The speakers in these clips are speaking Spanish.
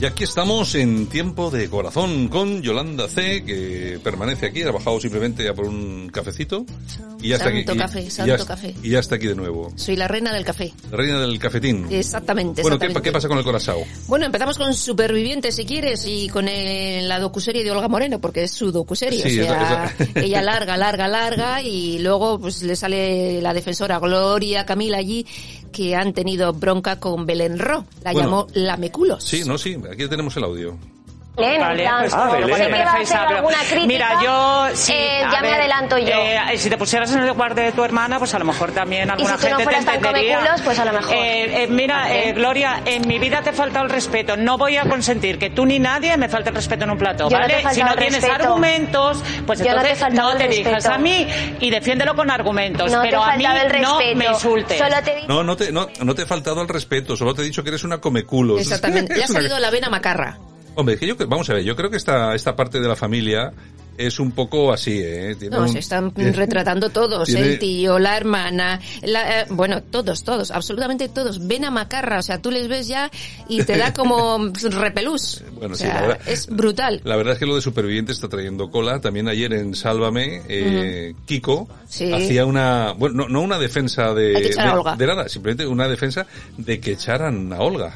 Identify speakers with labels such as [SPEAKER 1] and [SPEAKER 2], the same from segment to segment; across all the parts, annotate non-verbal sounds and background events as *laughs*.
[SPEAKER 1] Y aquí estamos en tiempo de corazón con Yolanda C, que permanece aquí, ha bajado simplemente a por un cafecito. Y ya está
[SPEAKER 2] Santo
[SPEAKER 1] aquí. y-
[SPEAKER 2] café,
[SPEAKER 1] y
[SPEAKER 2] santo
[SPEAKER 1] ya-
[SPEAKER 2] café.
[SPEAKER 1] Y ya está aquí de nuevo.
[SPEAKER 2] Soy la reina del café.
[SPEAKER 1] Reina del cafetín.
[SPEAKER 2] Exactamente,
[SPEAKER 1] Bueno, ¿qué,
[SPEAKER 2] exactamente.
[SPEAKER 1] pa- qué pasa con el corazón?
[SPEAKER 2] Bueno, empezamos con Supervivientes, si quieres, y con el- la docuserie de Olga Moreno, porque es su docuserie.
[SPEAKER 1] Sí,
[SPEAKER 2] o sea,
[SPEAKER 1] esa- esa- *laughs*
[SPEAKER 2] ella larga, larga, larga, y luego pues le sale la defensora Gloria Camila allí, que han tenido bronca con Belén Ro. La
[SPEAKER 1] Bueno.
[SPEAKER 2] llamó Lameculos.
[SPEAKER 1] Sí, no, sí, aquí tenemos el audio.
[SPEAKER 3] Belén,
[SPEAKER 4] Vale,
[SPEAKER 3] en plan,
[SPEAKER 4] pues
[SPEAKER 3] como
[SPEAKER 4] como
[SPEAKER 3] sé
[SPEAKER 4] lo
[SPEAKER 3] que
[SPEAKER 4] ponen
[SPEAKER 3] va a hacer
[SPEAKER 4] defensa, pero-
[SPEAKER 3] alguna crítica,
[SPEAKER 4] Mira, yo... sí,
[SPEAKER 3] eh,
[SPEAKER 4] a
[SPEAKER 3] ya me
[SPEAKER 4] ver,
[SPEAKER 3] adelanto yo.
[SPEAKER 4] eh, si te pusieras en el lugar de tu hermana, pues a lo mejor también alguna
[SPEAKER 3] si tú no
[SPEAKER 4] gente te
[SPEAKER 3] fueras tan
[SPEAKER 4] entendería.
[SPEAKER 3] comeculos, pues a lo mejor.
[SPEAKER 4] Eh, eh, mira, eh,
[SPEAKER 3] También.
[SPEAKER 4] Gloria, en mi vida te falta el respeto. No voy a consentir que tú ni nadie me falte el respeto en un plato,
[SPEAKER 3] Yo no te he
[SPEAKER 4] ¿vale?
[SPEAKER 3] faltado
[SPEAKER 4] si no
[SPEAKER 3] el
[SPEAKER 4] tienes
[SPEAKER 3] respeto.
[SPEAKER 4] argumentos, pues
[SPEAKER 3] Yo no te he
[SPEAKER 4] entonces
[SPEAKER 3] faltado el
[SPEAKER 4] te dirijas
[SPEAKER 3] respeto.
[SPEAKER 4] a mí y defiéndelo con argumentos.
[SPEAKER 3] no
[SPEAKER 4] pero
[SPEAKER 3] te
[SPEAKER 4] a mí
[SPEAKER 3] faltaba el respeto.
[SPEAKER 4] no me insultes.
[SPEAKER 3] Solo te di-
[SPEAKER 1] No, no te, no, no te he faltado al respeto, solo te he dicho que eres una comeculos.
[SPEAKER 2] Exactamente. Le
[SPEAKER 1] *laughs*
[SPEAKER 2] ha
[SPEAKER 1] Es una-
[SPEAKER 2] salido la vena macarra.
[SPEAKER 1] Hombre, que yo, que- vamos a ver, yo creo que esta, esta parte de la familia es un poco así, ¿eh? Tiene
[SPEAKER 2] No,
[SPEAKER 1] un-
[SPEAKER 2] se
[SPEAKER 1] *laughs*
[SPEAKER 2] están
[SPEAKER 1] tiene-
[SPEAKER 2] retratando todos,
[SPEAKER 1] tiene-
[SPEAKER 2] el tío, la hermana, la, eh, bueno, todos, todos, absolutamente todos. Ven a Macarra, o sea, tú les ves ya y te da
[SPEAKER 1] *laughs*
[SPEAKER 2] como repelús.
[SPEAKER 1] Eh, Bueno,
[SPEAKER 2] O
[SPEAKER 1] sí,
[SPEAKER 2] sea,
[SPEAKER 1] la verdad.
[SPEAKER 2] es brutal.
[SPEAKER 1] La verdad es que lo de supervivientes está trayendo cola. También ayer en Sálvame, eh, Kiko
[SPEAKER 2] Sí.
[SPEAKER 1] hacía una, bueno, no, no una defensa de,
[SPEAKER 2] Hay que echar a
[SPEAKER 1] de-
[SPEAKER 2] Olga.
[SPEAKER 1] de nada, simplemente una defensa de que echaran a Olga.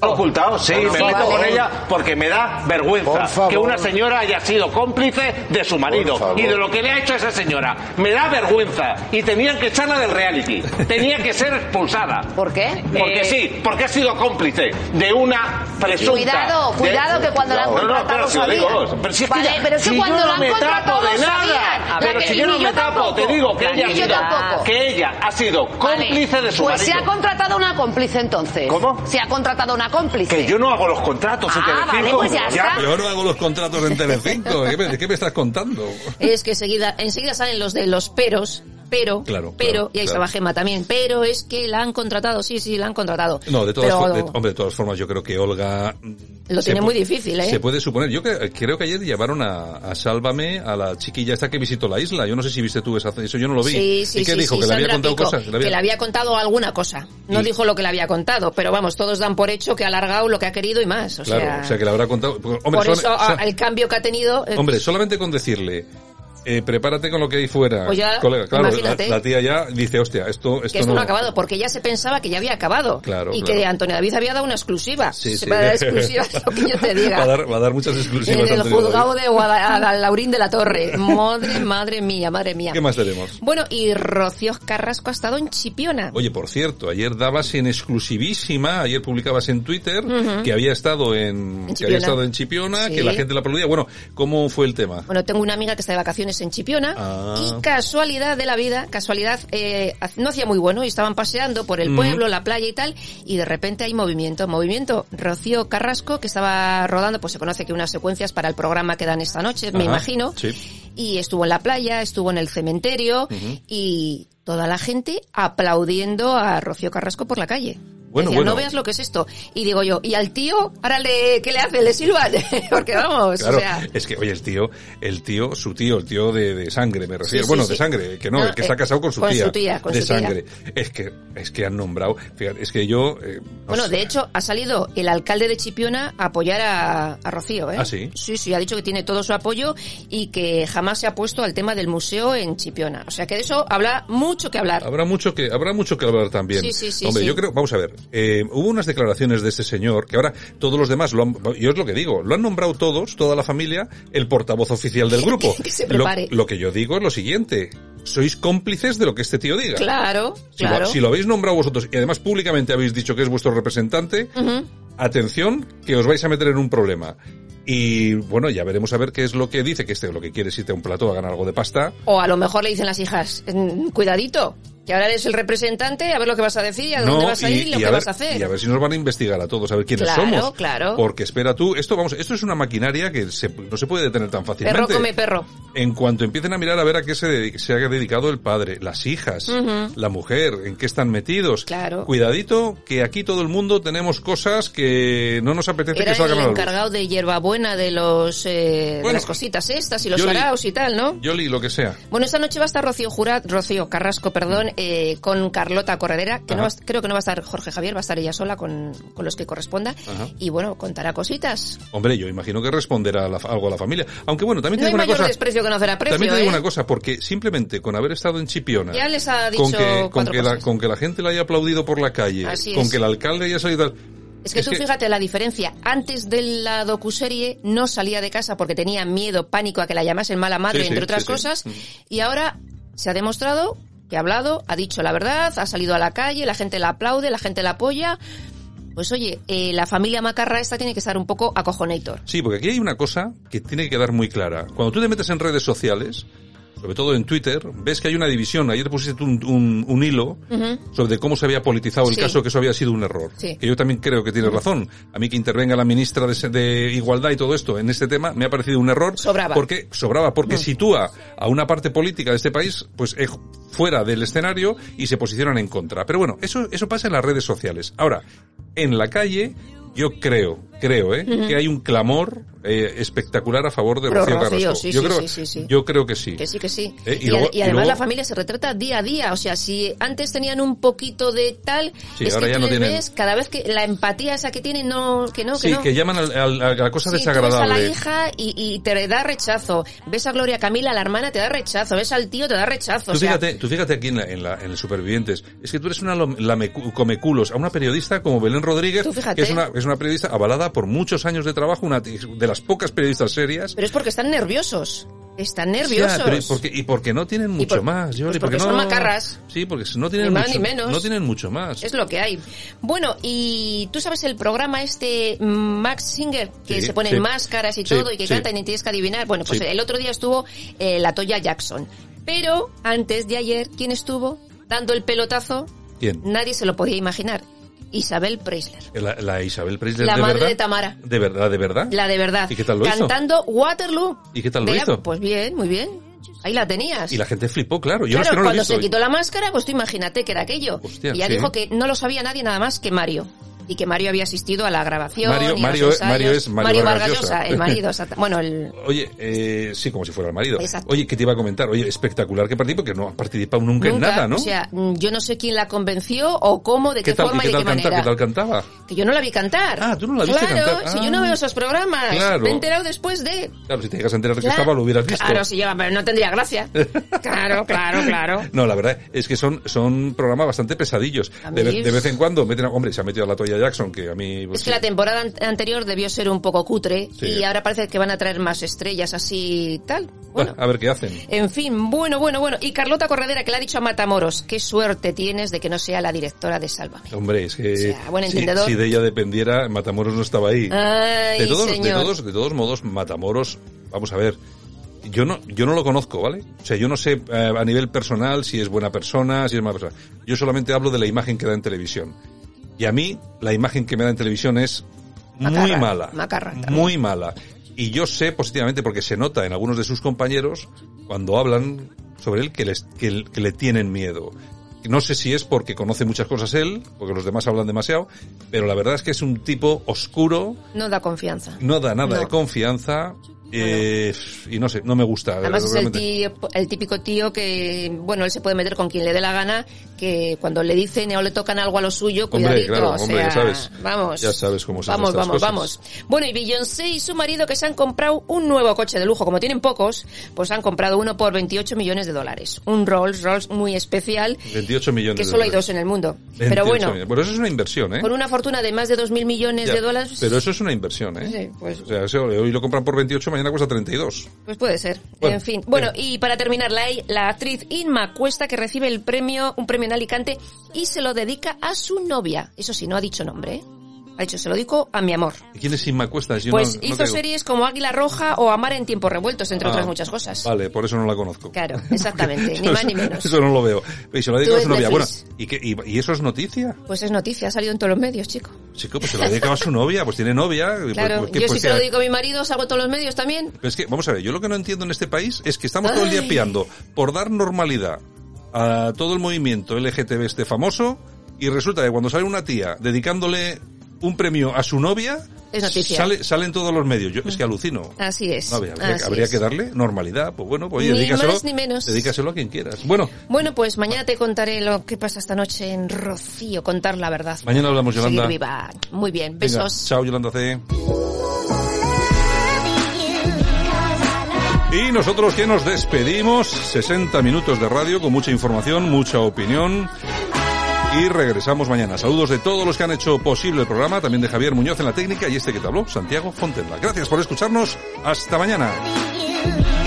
[SPEAKER 5] Ocultado, sí, me
[SPEAKER 2] favor.
[SPEAKER 5] meto con ella porque me da
[SPEAKER 6] Por
[SPEAKER 5] vergüenza
[SPEAKER 6] favor.
[SPEAKER 5] que una señora haya sido cómplice de su marido
[SPEAKER 6] Por favor.
[SPEAKER 5] y de lo que le ha hecho a esa señora. Me da vergüenza y tenían que echarla del reality, tenía que
[SPEAKER 7] *laughs*
[SPEAKER 5] ser expulsada.
[SPEAKER 7] ¿Por qué?
[SPEAKER 5] Porque
[SPEAKER 4] Eh,
[SPEAKER 5] sí, porque ha sido cómplice de una presunta.
[SPEAKER 7] Cuidado,
[SPEAKER 5] de-
[SPEAKER 7] cuidado que cuando la han
[SPEAKER 5] No, no,
[SPEAKER 7] contratado
[SPEAKER 5] pero si lo digo,
[SPEAKER 7] sabían.
[SPEAKER 5] pero si es que
[SPEAKER 7] Vale,
[SPEAKER 5] ya-
[SPEAKER 7] pero es que
[SPEAKER 5] si
[SPEAKER 7] cuando
[SPEAKER 5] yo
[SPEAKER 7] la
[SPEAKER 5] no
[SPEAKER 7] han
[SPEAKER 5] me
[SPEAKER 7] contratado
[SPEAKER 5] tapo de
[SPEAKER 7] lo
[SPEAKER 5] nada,
[SPEAKER 7] sabían. La
[SPEAKER 5] pero si
[SPEAKER 7] que-
[SPEAKER 5] yo no
[SPEAKER 7] ni yo
[SPEAKER 5] me tapo, te
[SPEAKER 7] tampoco.
[SPEAKER 5] digo que ella, ha
[SPEAKER 7] Ni yo
[SPEAKER 5] sido-
[SPEAKER 7] tampoco.
[SPEAKER 5] que ella ha sido
[SPEAKER 7] Vale.
[SPEAKER 5] cómplice de su
[SPEAKER 7] Pues se
[SPEAKER 5] marido.
[SPEAKER 7] ha contratado una cómplice entonces.
[SPEAKER 5] ¿Cómo?
[SPEAKER 7] Se ha contratado una cómplice.
[SPEAKER 5] Que yo no hago los contratos en
[SPEAKER 7] Ah,
[SPEAKER 5] Telecinco.
[SPEAKER 7] vale, pues ya está.
[SPEAKER 1] Yo no hago los contratos en Telecinco. ¿eh? ¿Qué me, qué me estás contando?
[SPEAKER 2] Es que seguida, enseguida salen los de los peros, pero,
[SPEAKER 1] Claro,
[SPEAKER 2] pero,
[SPEAKER 1] claro,
[SPEAKER 2] y ahí
[SPEAKER 1] claro.
[SPEAKER 2] estaba Gema también, pero es que la han contratado, sí, sí, la han contratado.
[SPEAKER 1] No, de todas,
[SPEAKER 2] Pero-
[SPEAKER 1] fo- de- hombre, de todas formas, yo creo que Olga... mm,
[SPEAKER 2] Lo
[SPEAKER 1] se
[SPEAKER 2] tiene
[SPEAKER 1] pu-
[SPEAKER 2] muy difícil, ¿eh?
[SPEAKER 1] Se puede suponer. Yo cre- creo que ayer llevaron a, a Sálvame a la chiquilla esta que visitó la isla. Yo no sé si viste tú esa, eso, yo no lo vi.
[SPEAKER 2] Sí, sí,
[SPEAKER 1] ¿Y qué
[SPEAKER 2] sí,
[SPEAKER 1] dijo?
[SPEAKER 2] sí,
[SPEAKER 1] que le había
[SPEAKER 2] Sandra
[SPEAKER 1] contado
[SPEAKER 2] Pico,
[SPEAKER 1] cosas.
[SPEAKER 2] que le había contado alguna cosa. No
[SPEAKER 1] Y-
[SPEAKER 2] dijo lo que le había contado, pero vamos, todos dan por hecho que ha alargado lo que ha querido y más. O
[SPEAKER 1] Claro,
[SPEAKER 2] sea,
[SPEAKER 1] o sea que le habrá contado... Hombre,
[SPEAKER 2] por
[SPEAKER 1] solamente-
[SPEAKER 2] eso
[SPEAKER 1] o sea-
[SPEAKER 2] ah, el cambio que ha tenido. eh,
[SPEAKER 1] Hombre, solamente con decirle, eh, prepárate con lo que hay fuera,
[SPEAKER 2] Pues ya,
[SPEAKER 1] colega. Claro, la,
[SPEAKER 2] imagínate.
[SPEAKER 1] la tía ya dice, hostia, esto, esto,
[SPEAKER 2] que esto no ha acabado, porque ya se pensaba que ya había acabado.
[SPEAKER 1] Claro,
[SPEAKER 2] y
[SPEAKER 1] claro.
[SPEAKER 2] que Antonio David había dado una exclusiva.
[SPEAKER 1] *laughs* Sí,
[SPEAKER 2] se
[SPEAKER 1] sí.
[SPEAKER 2] va
[SPEAKER 1] *laughs*
[SPEAKER 2] a dar exclusiva, lo que yo te diga.
[SPEAKER 1] Va a dar, va a dar muchas exclusivas. ¿eh?
[SPEAKER 2] en el
[SPEAKER 1] Antonio David.
[SPEAKER 2] juzgado de Guadalaurín de la Torre. Madre, madre mía, madre mía.
[SPEAKER 1] ¿Qué más tenemos?
[SPEAKER 2] Bueno, y Rocío Carrasco ha estado en Chipiona.
[SPEAKER 1] Oye, por cierto, ayer dabas en exclusivísima, ayer publicabas en Twitter que había estado en,
[SPEAKER 2] En
[SPEAKER 1] que había
[SPEAKER 2] Chipiona.
[SPEAKER 1] estado en Chipiona,
[SPEAKER 2] Sí.
[SPEAKER 1] que la gente la aplaudía. Bueno, ¿cómo fue el tema?
[SPEAKER 2] Bueno, tengo una amiga que está de vacaciones en Chipiona
[SPEAKER 1] Ah.
[SPEAKER 2] y casualidad de la vida, casualidad, eh, ha- no hacía muy bueno y estaban paseando por el
[SPEAKER 1] Mm.
[SPEAKER 2] pueblo, la playa y tal, y de repente hay movimiento, movimiento. Rocío Carrasco, que estaba rodando, pues se conoce que unas secuencias para el programa que dan esta noche, me
[SPEAKER 1] Ajá,
[SPEAKER 2] imagino,
[SPEAKER 1] sí.
[SPEAKER 2] y estuvo en la playa, estuvo en el cementerio y toda la gente aplaudiendo a Rocío Carrasco por la calle.
[SPEAKER 1] Bueno,
[SPEAKER 2] Decía,
[SPEAKER 1] bueno.
[SPEAKER 2] no veas lo que es esto. Y digo yo, ¿y al tío? Ahora le, ¿qué le hace? ¿Le silban? *laughs* Porque vamos,
[SPEAKER 1] Claro,
[SPEAKER 2] Pues, o sea.
[SPEAKER 1] es que, oye, el tío, el tío, su tío, el tío de, de sangre, me refiero.
[SPEAKER 2] sí,
[SPEAKER 1] bueno,
[SPEAKER 2] sí.
[SPEAKER 1] de sangre, que no,
[SPEAKER 2] No,
[SPEAKER 1] el que
[SPEAKER 2] eh,
[SPEAKER 1] está casado con su
[SPEAKER 2] con
[SPEAKER 1] tía.
[SPEAKER 2] su tía, con
[SPEAKER 1] de
[SPEAKER 2] su tía.
[SPEAKER 1] sangre. Es que, es que han nombrado, fíjate, es que yo, eh, no
[SPEAKER 2] Bueno,
[SPEAKER 1] sé.
[SPEAKER 2] de hecho, ha salido el alcalde de Chipiona a apoyar a, a Rocío, ¿eh?
[SPEAKER 1] ¿Ah, sí?
[SPEAKER 2] Sí, sí, ha dicho que tiene todo su apoyo y que jamás se ha puesto al tema del museo en Chipiona. O sea que de eso habrá mucho que hablar.
[SPEAKER 1] Habrá mucho que habrá mucho que hablar también.
[SPEAKER 2] Sí, sí, sí,
[SPEAKER 1] Hombre,
[SPEAKER 2] sí.
[SPEAKER 1] yo creo, vamos a ver, eh, hubo unas declaraciones de este señor que ahora todos los demás lo han, yo es lo que digo, lo han nombrado todos, toda la familia, el portavoz oficial
[SPEAKER 2] *laughs*
[SPEAKER 1] del grupo.
[SPEAKER 2] Que se
[SPEAKER 1] Lo-
[SPEAKER 2] prepare.
[SPEAKER 1] Lo, que yo digo es lo siguiente, sois cómplices de lo que este tío diga.
[SPEAKER 2] Claro,
[SPEAKER 1] Si,
[SPEAKER 2] claro.
[SPEAKER 1] lo, si lo habéis nombrado vosotros y además públicamente habéis dicho que es vuestro representante, atención, que os vais a meter en un problema. Y bueno, ya veremos a ver qué es lo que dice, que este lo que quiere es irte a un plato a ganar algo de pasta.
[SPEAKER 2] O a lo mejor le dicen las hijas, "Mm, cuidadito, que ahora eres el representante, a ver lo que vas a decir, y a dónde vas a ir, y, lo que
[SPEAKER 1] ver,
[SPEAKER 2] vas a hacer.
[SPEAKER 1] y a ver si nos van a investigar a todos, a ver quiénes
[SPEAKER 2] Claro,
[SPEAKER 1] somos.
[SPEAKER 2] claro.
[SPEAKER 1] Porque espera tú, esto vamos, esto es una maquinaria que se- no se puede detener tan fácilmente.
[SPEAKER 2] perro come perro.
[SPEAKER 1] En cuanto empiecen a mirar a ver a qué se, dedi- se ha dedicado el padre, las hijas, la mujer, en qué están metidos.
[SPEAKER 2] Claro.
[SPEAKER 1] Cuidadito, que aquí todo el mundo tenemos cosas que no nos apetece
[SPEAKER 2] Era
[SPEAKER 1] que salgan
[SPEAKER 2] el
[SPEAKER 1] a la luz.
[SPEAKER 2] encargado de hierbabuena de los eh, de
[SPEAKER 1] Bueno,
[SPEAKER 2] las cositas estas y los
[SPEAKER 1] yo le-
[SPEAKER 2] araos y tal, ¿no?
[SPEAKER 1] Yoli, lo que sea.
[SPEAKER 2] Bueno, esta noche va a estar Rocío Jurado, Rocío Carrasco, perdón, eh, con Carlota Corredera, que
[SPEAKER 1] Ajá.
[SPEAKER 2] no va a est- creo que no va a estar Jorge Javier, va a estar ella sola con, con los que corresponda.
[SPEAKER 1] Ajá.
[SPEAKER 2] Y bueno, contará cositas.
[SPEAKER 1] Hombre, yo imagino que responderá a la- algo a la familia. Aunque bueno, también
[SPEAKER 2] No
[SPEAKER 1] te
[SPEAKER 2] hay
[SPEAKER 1] digo una
[SPEAKER 2] mayor
[SPEAKER 1] cosa.
[SPEAKER 2] desprecio que no hacer aprecio,
[SPEAKER 1] también te digo
[SPEAKER 2] ¿eh?
[SPEAKER 1] una cosa, porque simplemente con haber estado en Chipiona,
[SPEAKER 2] Ya les ha dicho
[SPEAKER 1] con, que, con,
[SPEAKER 2] cuatro
[SPEAKER 1] que la,
[SPEAKER 2] cosas.
[SPEAKER 1] con que la gente la haya aplaudido por la calle,
[SPEAKER 2] Así
[SPEAKER 1] con
[SPEAKER 2] es.
[SPEAKER 1] que el alcalde haya salido y tal.
[SPEAKER 2] Es que tú fíjate la diferencia. Antes de la docuserie no salía de casa porque tenía miedo, pánico a que la llamasen mala madre,
[SPEAKER 1] Sí, sí,
[SPEAKER 2] entre otras
[SPEAKER 1] sí, sí.
[SPEAKER 2] cosas.
[SPEAKER 1] Mm.
[SPEAKER 2] Y ahora se ha demostrado que ha hablado, ha dicho la verdad, ha salido a la calle, la gente la aplaude, la gente la apoya. Pues oye, eh, la familia Macarra esta tiene que estar un poco acojonator.
[SPEAKER 1] Sí, porque aquí hay una cosa que tiene que quedar muy clara. Cuando tú te metes en redes sociales, sobre todo en Twitter, ves que hay una división. Ayer pusiste un, un- un hilo sobre cómo se había politizado el
[SPEAKER 2] Sí.
[SPEAKER 1] caso, que eso había sido un error.
[SPEAKER 2] Sí.
[SPEAKER 1] Que yo también creo que tienes razón. A mí que intervenga la ministra de, se- de Igualdad y todo esto en este tema me ha parecido un error.
[SPEAKER 2] Sobraba.
[SPEAKER 1] Porque, sobraba, porque sitúa a una parte política de este país, pues eh, fuera del escenario y se posicionan en contra. Pero bueno, eso, eso pasa en las redes sociales. Ahora, en la calle, yo creo, creo, ¿eh? que hay un clamor eh, espectacular a favor de
[SPEAKER 2] Pro
[SPEAKER 1] Rocío
[SPEAKER 2] Rocío,
[SPEAKER 1] Carrasco.
[SPEAKER 2] sí,
[SPEAKER 1] yo,
[SPEAKER 2] sí,
[SPEAKER 1] creo,
[SPEAKER 2] sí, sí, sí.
[SPEAKER 1] yo creo que sí.
[SPEAKER 2] Que sí, que sí.
[SPEAKER 1] Eh, y
[SPEAKER 2] y,
[SPEAKER 1] luego-
[SPEAKER 2] ad- y
[SPEAKER 1] y
[SPEAKER 2] además
[SPEAKER 1] luego-
[SPEAKER 2] la familia se retrata día a día. O sea, si antes tenían un poquito de tal,
[SPEAKER 1] Sí,
[SPEAKER 2] es
[SPEAKER 1] ahora
[SPEAKER 2] que
[SPEAKER 1] ya
[SPEAKER 2] tú
[SPEAKER 1] no
[SPEAKER 2] les
[SPEAKER 1] tienen.
[SPEAKER 2] ves cada vez que la empatía esa que tienen, no, que no, que
[SPEAKER 1] sí,
[SPEAKER 2] no.
[SPEAKER 1] que llaman al- al- a la cosa
[SPEAKER 2] Sí, tú ves a
[SPEAKER 1] desagradable.
[SPEAKER 2] la hija y, y te da rechazo. Ves a Gloria Camila, la hermana, te da rechazo. Ves al tío, te da rechazo.
[SPEAKER 1] Tú
[SPEAKER 2] o sea,
[SPEAKER 1] fíjate, tú fíjate aquí en, la, en, la- en el Supervivientes, es que tú eres una lom- lamecu- comeculos a una periodista como Belén Rodríguez,
[SPEAKER 2] Tú fíjate.
[SPEAKER 1] que es una, es una periodista avalada por muchos años de trabajo, una t- de las pocas periodistas serias.
[SPEAKER 2] Pero es porque están nerviosos. Están nerviosos.
[SPEAKER 1] Ya, pero y porque- y porque no tienen mucho
[SPEAKER 2] por-
[SPEAKER 1] más, Yoli,
[SPEAKER 2] pues porque
[SPEAKER 1] no,
[SPEAKER 2] son macarras.
[SPEAKER 1] Sí, porque no tienen,
[SPEAKER 2] Ni más
[SPEAKER 1] mucho,
[SPEAKER 2] ni menos.
[SPEAKER 1] no tienen mucho más.
[SPEAKER 2] Es lo que hay. Bueno, y tú sabes el programa este mm, Max Singer, que
[SPEAKER 1] Sí,
[SPEAKER 2] se ponen
[SPEAKER 1] sí.
[SPEAKER 2] máscaras y
[SPEAKER 1] Sí,
[SPEAKER 2] todo, y que
[SPEAKER 1] sí.
[SPEAKER 2] cantan y tienes que adivinar. Bueno, pues
[SPEAKER 1] Sí.
[SPEAKER 2] el otro día estuvo eh, la Toya Jackson. Pero antes de ayer, ¿quién estuvo dando el pelotazo?
[SPEAKER 1] ¿Quién?
[SPEAKER 2] Nadie se lo podía imaginar. Isabel Preisler.
[SPEAKER 1] La, la Isabel Preisler,
[SPEAKER 2] La
[SPEAKER 1] ¿de
[SPEAKER 2] madre
[SPEAKER 1] verdad?
[SPEAKER 2] de Tamara.
[SPEAKER 1] ¿De verdad, de verdad?
[SPEAKER 2] La de verdad.
[SPEAKER 1] ¿Y qué tal lo hizo?
[SPEAKER 2] Cantando Waterloo.
[SPEAKER 1] ¿Y qué tal lo
[SPEAKER 2] De la-
[SPEAKER 1] hizo?
[SPEAKER 2] Pues bien, muy bien. Ahí la tenías.
[SPEAKER 1] Y la gente flipó, claro. Yo no
[SPEAKER 2] claro,
[SPEAKER 1] es que no lo he
[SPEAKER 2] cuando
[SPEAKER 1] visto.
[SPEAKER 2] se quitó la máscara, pues tú imagínate que era aquello.
[SPEAKER 1] Hostia,
[SPEAKER 2] y ya
[SPEAKER 1] sí.
[SPEAKER 2] dijo que no lo sabía nadie nada más que Mario. Y que Mario había asistido a la grabación.
[SPEAKER 1] Mario-
[SPEAKER 2] y a los
[SPEAKER 1] Mario-
[SPEAKER 2] ensayos.
[SPEAKER 1] Mario es Mario
[SPEAKER 2] Vargas
[SPEAKER 1] Vargas Llosa.
[SPEAKER 2] Llosa, el
[SPEAKER 1] *laughs*
[SPEAKER 2] marido. o sea, bueno, el...
[SPEAKER 1] Oye, eh, sí, como si fuera el marido.
[SPEAKER 2] Exacto.
[SPEAKER 1] Oye, que te iba a comentar? Oye, espectacular que participa, porque no ha participado nunca, en
[SPEAKER 2] nunca,
[SPEAKER 1] nada, ¿no?
[SPEAKER 2] O sea, mm, yo no sé quién la convenció o cómo, de qué,
[SPEAKER 1] ¿Qué tal, y
[SPEAKER 2] forma
[SPEAKER 1] qué,
[SPEAKER 2] y, de
[SPEAKER 1] tal
[SPEAKER 2] qué
[SPEAKER 1] canta-
[SPEAKER 2] manera.
[SPEAKER 1] qué tal cantaba?
[SPEAKER 2] Que yo no la vi cantar.
[SPEAKER 1] Ah, tú no la viste
[SPEAKER 2] claro,
[SPEAKER 1] cantar.
[SPEAKER 2] si
[SPEAKER 1] Ah.
[SPEAKER 2] yo no veo esos programas.
[SPEAKER 1] Claro.
[SPEAKER 2] Me he enterado después de...
[SPEAKER 1] Claro, si te llegas a enterar de que
[SPEAKER 2] Claro.
[SPEAKER 1] estaba, Pues lo hubieras visto.
[SPEAKER 2] Claro, sí, yo- pero no tendría
[SPEAKER 1] *laughs*
[SPEAKER 2] gracia. Claro, claro, claro.
[SPEAKER 1] No, la verdad es que son, son programas bastante pesadillos.
[SPEAKER 2] A
[SPEAKER 1] De,
[SPEAKER 2] mí-
[SPEAKER 1] ve- de vez en cuando meten a... Hombre, se ha metido a la Toya Jackson, que a mí... pues,
[SPEAKER 2] Es que la temporada an- anterior debió ser un poco cutre
[SPEAKER 1] Sí.
[SPEAKER 2] y ahora parece que van a traer más estrellas así tal.
[SPEAKER 1] Bueno,
[SPEAKER 2] Bueno.
[SPEAKER 1] *laughs* a ver qué hacen.
[SPEAKER 2] En fin, bueno, bueno, bueno. Y Carlota Corredera, que le ha dicho a Matamoros, qué suerte tienes de que no sea la directora de Sálvame.
[SPEAKER 1] Hombre, es que
[SPEAKER 2] O sea, buen
[SPEAKER 1] si-
[SPEAKER 2] entendedor.
[SPEAKER 1] si, de ella dependiera, Matamoros no estaba ahí.
[SPEAKER 2] Ay,
[SPEAKER 1] de todos, de
[SPEAKER 2] señor.
[SPEAKER 1] todos, de todos modos, Matamoros, vamos a ver. Yo no, yo no lo conozco, ¿vale? O sea, yo no sé eh, a nivel personal si es buena persona, si es mala persona. Yo solamente hablo de la imagen que da en televisión. Y a mí, la imagen que me da en televisión es muy
[SPEAKER 2] Macarra,
[SPEAKER 1] mala.
[SPEAKER 2] macarra también.
[SPEAKER 1] Muy mala. Y yo sé positivamente, porque se nota en algunos de sus compañeros, cuando hablan sobre él, que, les, que, l- que le tienen miedo. No sé si es porque conoce muchas cosas él, porque los demás hablan demasiado, pero la verdad es que es un tipo oscuro,
[SPEAKER 2] No da confianza.
[SPEAKER 1] no da nada
[SPEAKER 2] No.
[SPEAKER 1] de confianza eh, y no sé, no me gusta.
[SPEAKER 2] Además es el,
[SPEAKER 1] realmente.
[SPEAKER 2] tío, el típico tío que, bueno, él se puede meter con quien le dé la gana, que cuando le dicen o le tocan algo a lo suyo,
[SPEAKER 1] Hombre,
[SPEAKER 2] cuidadito,
[SPEAKER 1] claro,
[SPEAKER 2] o sea,
[SPEAKER 1] hombre, ya sabes.
[SPEAKER 2] vamos.
[SPEAKER 1] Ya sabes cómo son
[SPEAKER 2] Vamos,
[SPEAKER 1] estas
[SPEAKER 2] vamos,
[SPEAKER 1] cosas.
[SPEAKER 2] vamos. Bueno, y Beyoncé y su marido que se han comprado un nuevo coche de lujo, como tienen pocos, pues han comprado uno por 28 millones de dólares. Un Rolls Rolls muy especial,
[SPEAKER 1] 28 millones
[SPEAKER 2] que
[SPEAKER 1] de
[SPEAKER 2] solo hay
[SPEAKER 1] dólares.
[SPEAKER 2] dos en el mundo.
[SPEAKER 1] 28
[SPEAKER 2] Pero bueno,
[SPEAKER 1] millones. Bueno, eso es una inversión, ¿eh?
[SPEAKER 2] con una fortuna de más de 2.000 millones
[SPEAKER 1] Ya,
[SPEAKER 2] de dólares, pues
[SPEAKER 1] Pero eso es una inversión, ¿eh?
[SPEAKER 2] Sí, pues-
[SPEAKER 1] O sea, eso, hoy lo compran por 28, mañana cuesta 32.
[SPEAKER 2] Pues puede ser.
[SPEAKER 1] Bueno,
[SPEAKER 2] en fin. Bueno,
[SPEAKER 1] bien.
[SPEAKER 2] y para terminar, la, la actriz Inma Cuesta que recibe el premio, un premio en Alicante, y se lo dedica a su novia. Eso sí, no ha dicho nombre, ¿eh? Ha dicho, se lo dedico a mi amor.
[SPEAKER 1] ¿Y quién es Inma Cuestas? Yo
[SPEAKER 2] Pues
[SPEAKER 1] no- no
[SPEAKER 2] hizo
[SPEAKER 1] caigo.
[SPEAKER 2] series como Águila Roja o Amar en tiempos revueltos, entre
[SPEAKER 1] Ah,
[SPEAKER 2] otras muchas cosas.
[SPEAKER 1] Vale, por eso no la conozco.
[SPEAKER 2] Claro, exactamente, ni más ni menos.
[SPEAKER 1] *laughs* Eso no lo veo. Y se lo dedico
[SPEAKER 2] Tú
[SPEAKER 1] a su
[SPEAKER 2] ves
[SPEAKER 1] novia. Bueno,
[SPEAKER 2] Netflix.
[SPEAKER 1] ¿y, qué- y- y eso es noticia?
[SPEAKER 2] Pues es noticia, ha salido en todos los medios, chico.
[SPEAKER 1] Sí, pues se lo dedica a su novia, pues tiene novia. pues-
[SPEAKER 2] Claro,
[SPEAKER 1] pues, ¿qué-
[SPEAKER 2] yo
[SPEAKER 1] pues
[SPEAKER 2] si se lo
[SPEAKER 1] qué-
[SPEAKER 2] dedico a mi marido, salgo en todos los medios también.
[SPEAKER 1] Pero es que, vamos a ver, yo lo que no entiendo en este país es que estamos todo el día
[SPEAKER 2] Ay.
[SPEAKER 1] piando por dar normalidad a todo el movimiento LGTB este famoso y resulta que cuando sale una tía dedicándole un premio a su novia,
[SPEAKER 2] Es noticia. Mm.
[SPEAKER 1] Sale, sale en todos los medios. Yo, es que alucino.
[SPEAKER 2] Así es,
[SPEAKER 1] No, habría habría-
[SPEAKER 2] así
[SPEAKER 1] habría
[SPEAKER 2] es.
[SPEAKER 1] que darle normalidad. Pues bueno, pues oye,
[SPEAKER 2] Ni
[SPEAKER 1] dedícaselo,
[SPEAKER 2] más ni menos.
[SPEAKER 1] dedícaselo a quien quieras. Bueno,
[SPEAKER 2] Bueno, pues mañana te contaré lo que pasa esta noche en Rocío, contar la verdad.
[SPEAKER 1] Mañana hablamos,
[SPEAKER 2] Seguir
[SPEAKER 1] Yolanda.
[SPEAKER 2] viva. Muy bien,
[SPEAKER 1] venga,
[SPEAKER 2] besos.
[SPEAKER 1] chao, Yolanda C. Y nosotros que nos despedimos, 60 minutos de radio con mucha información, mucha opinión. Y regresamos mañana. Saludos de todos los que han hecho posible el programa, también de Javier Muñoz en la técnica y este que te habló, Santiago Fontenla. Gracias por escucharnos. Hasta mañana.
[SPEAKER 3] you.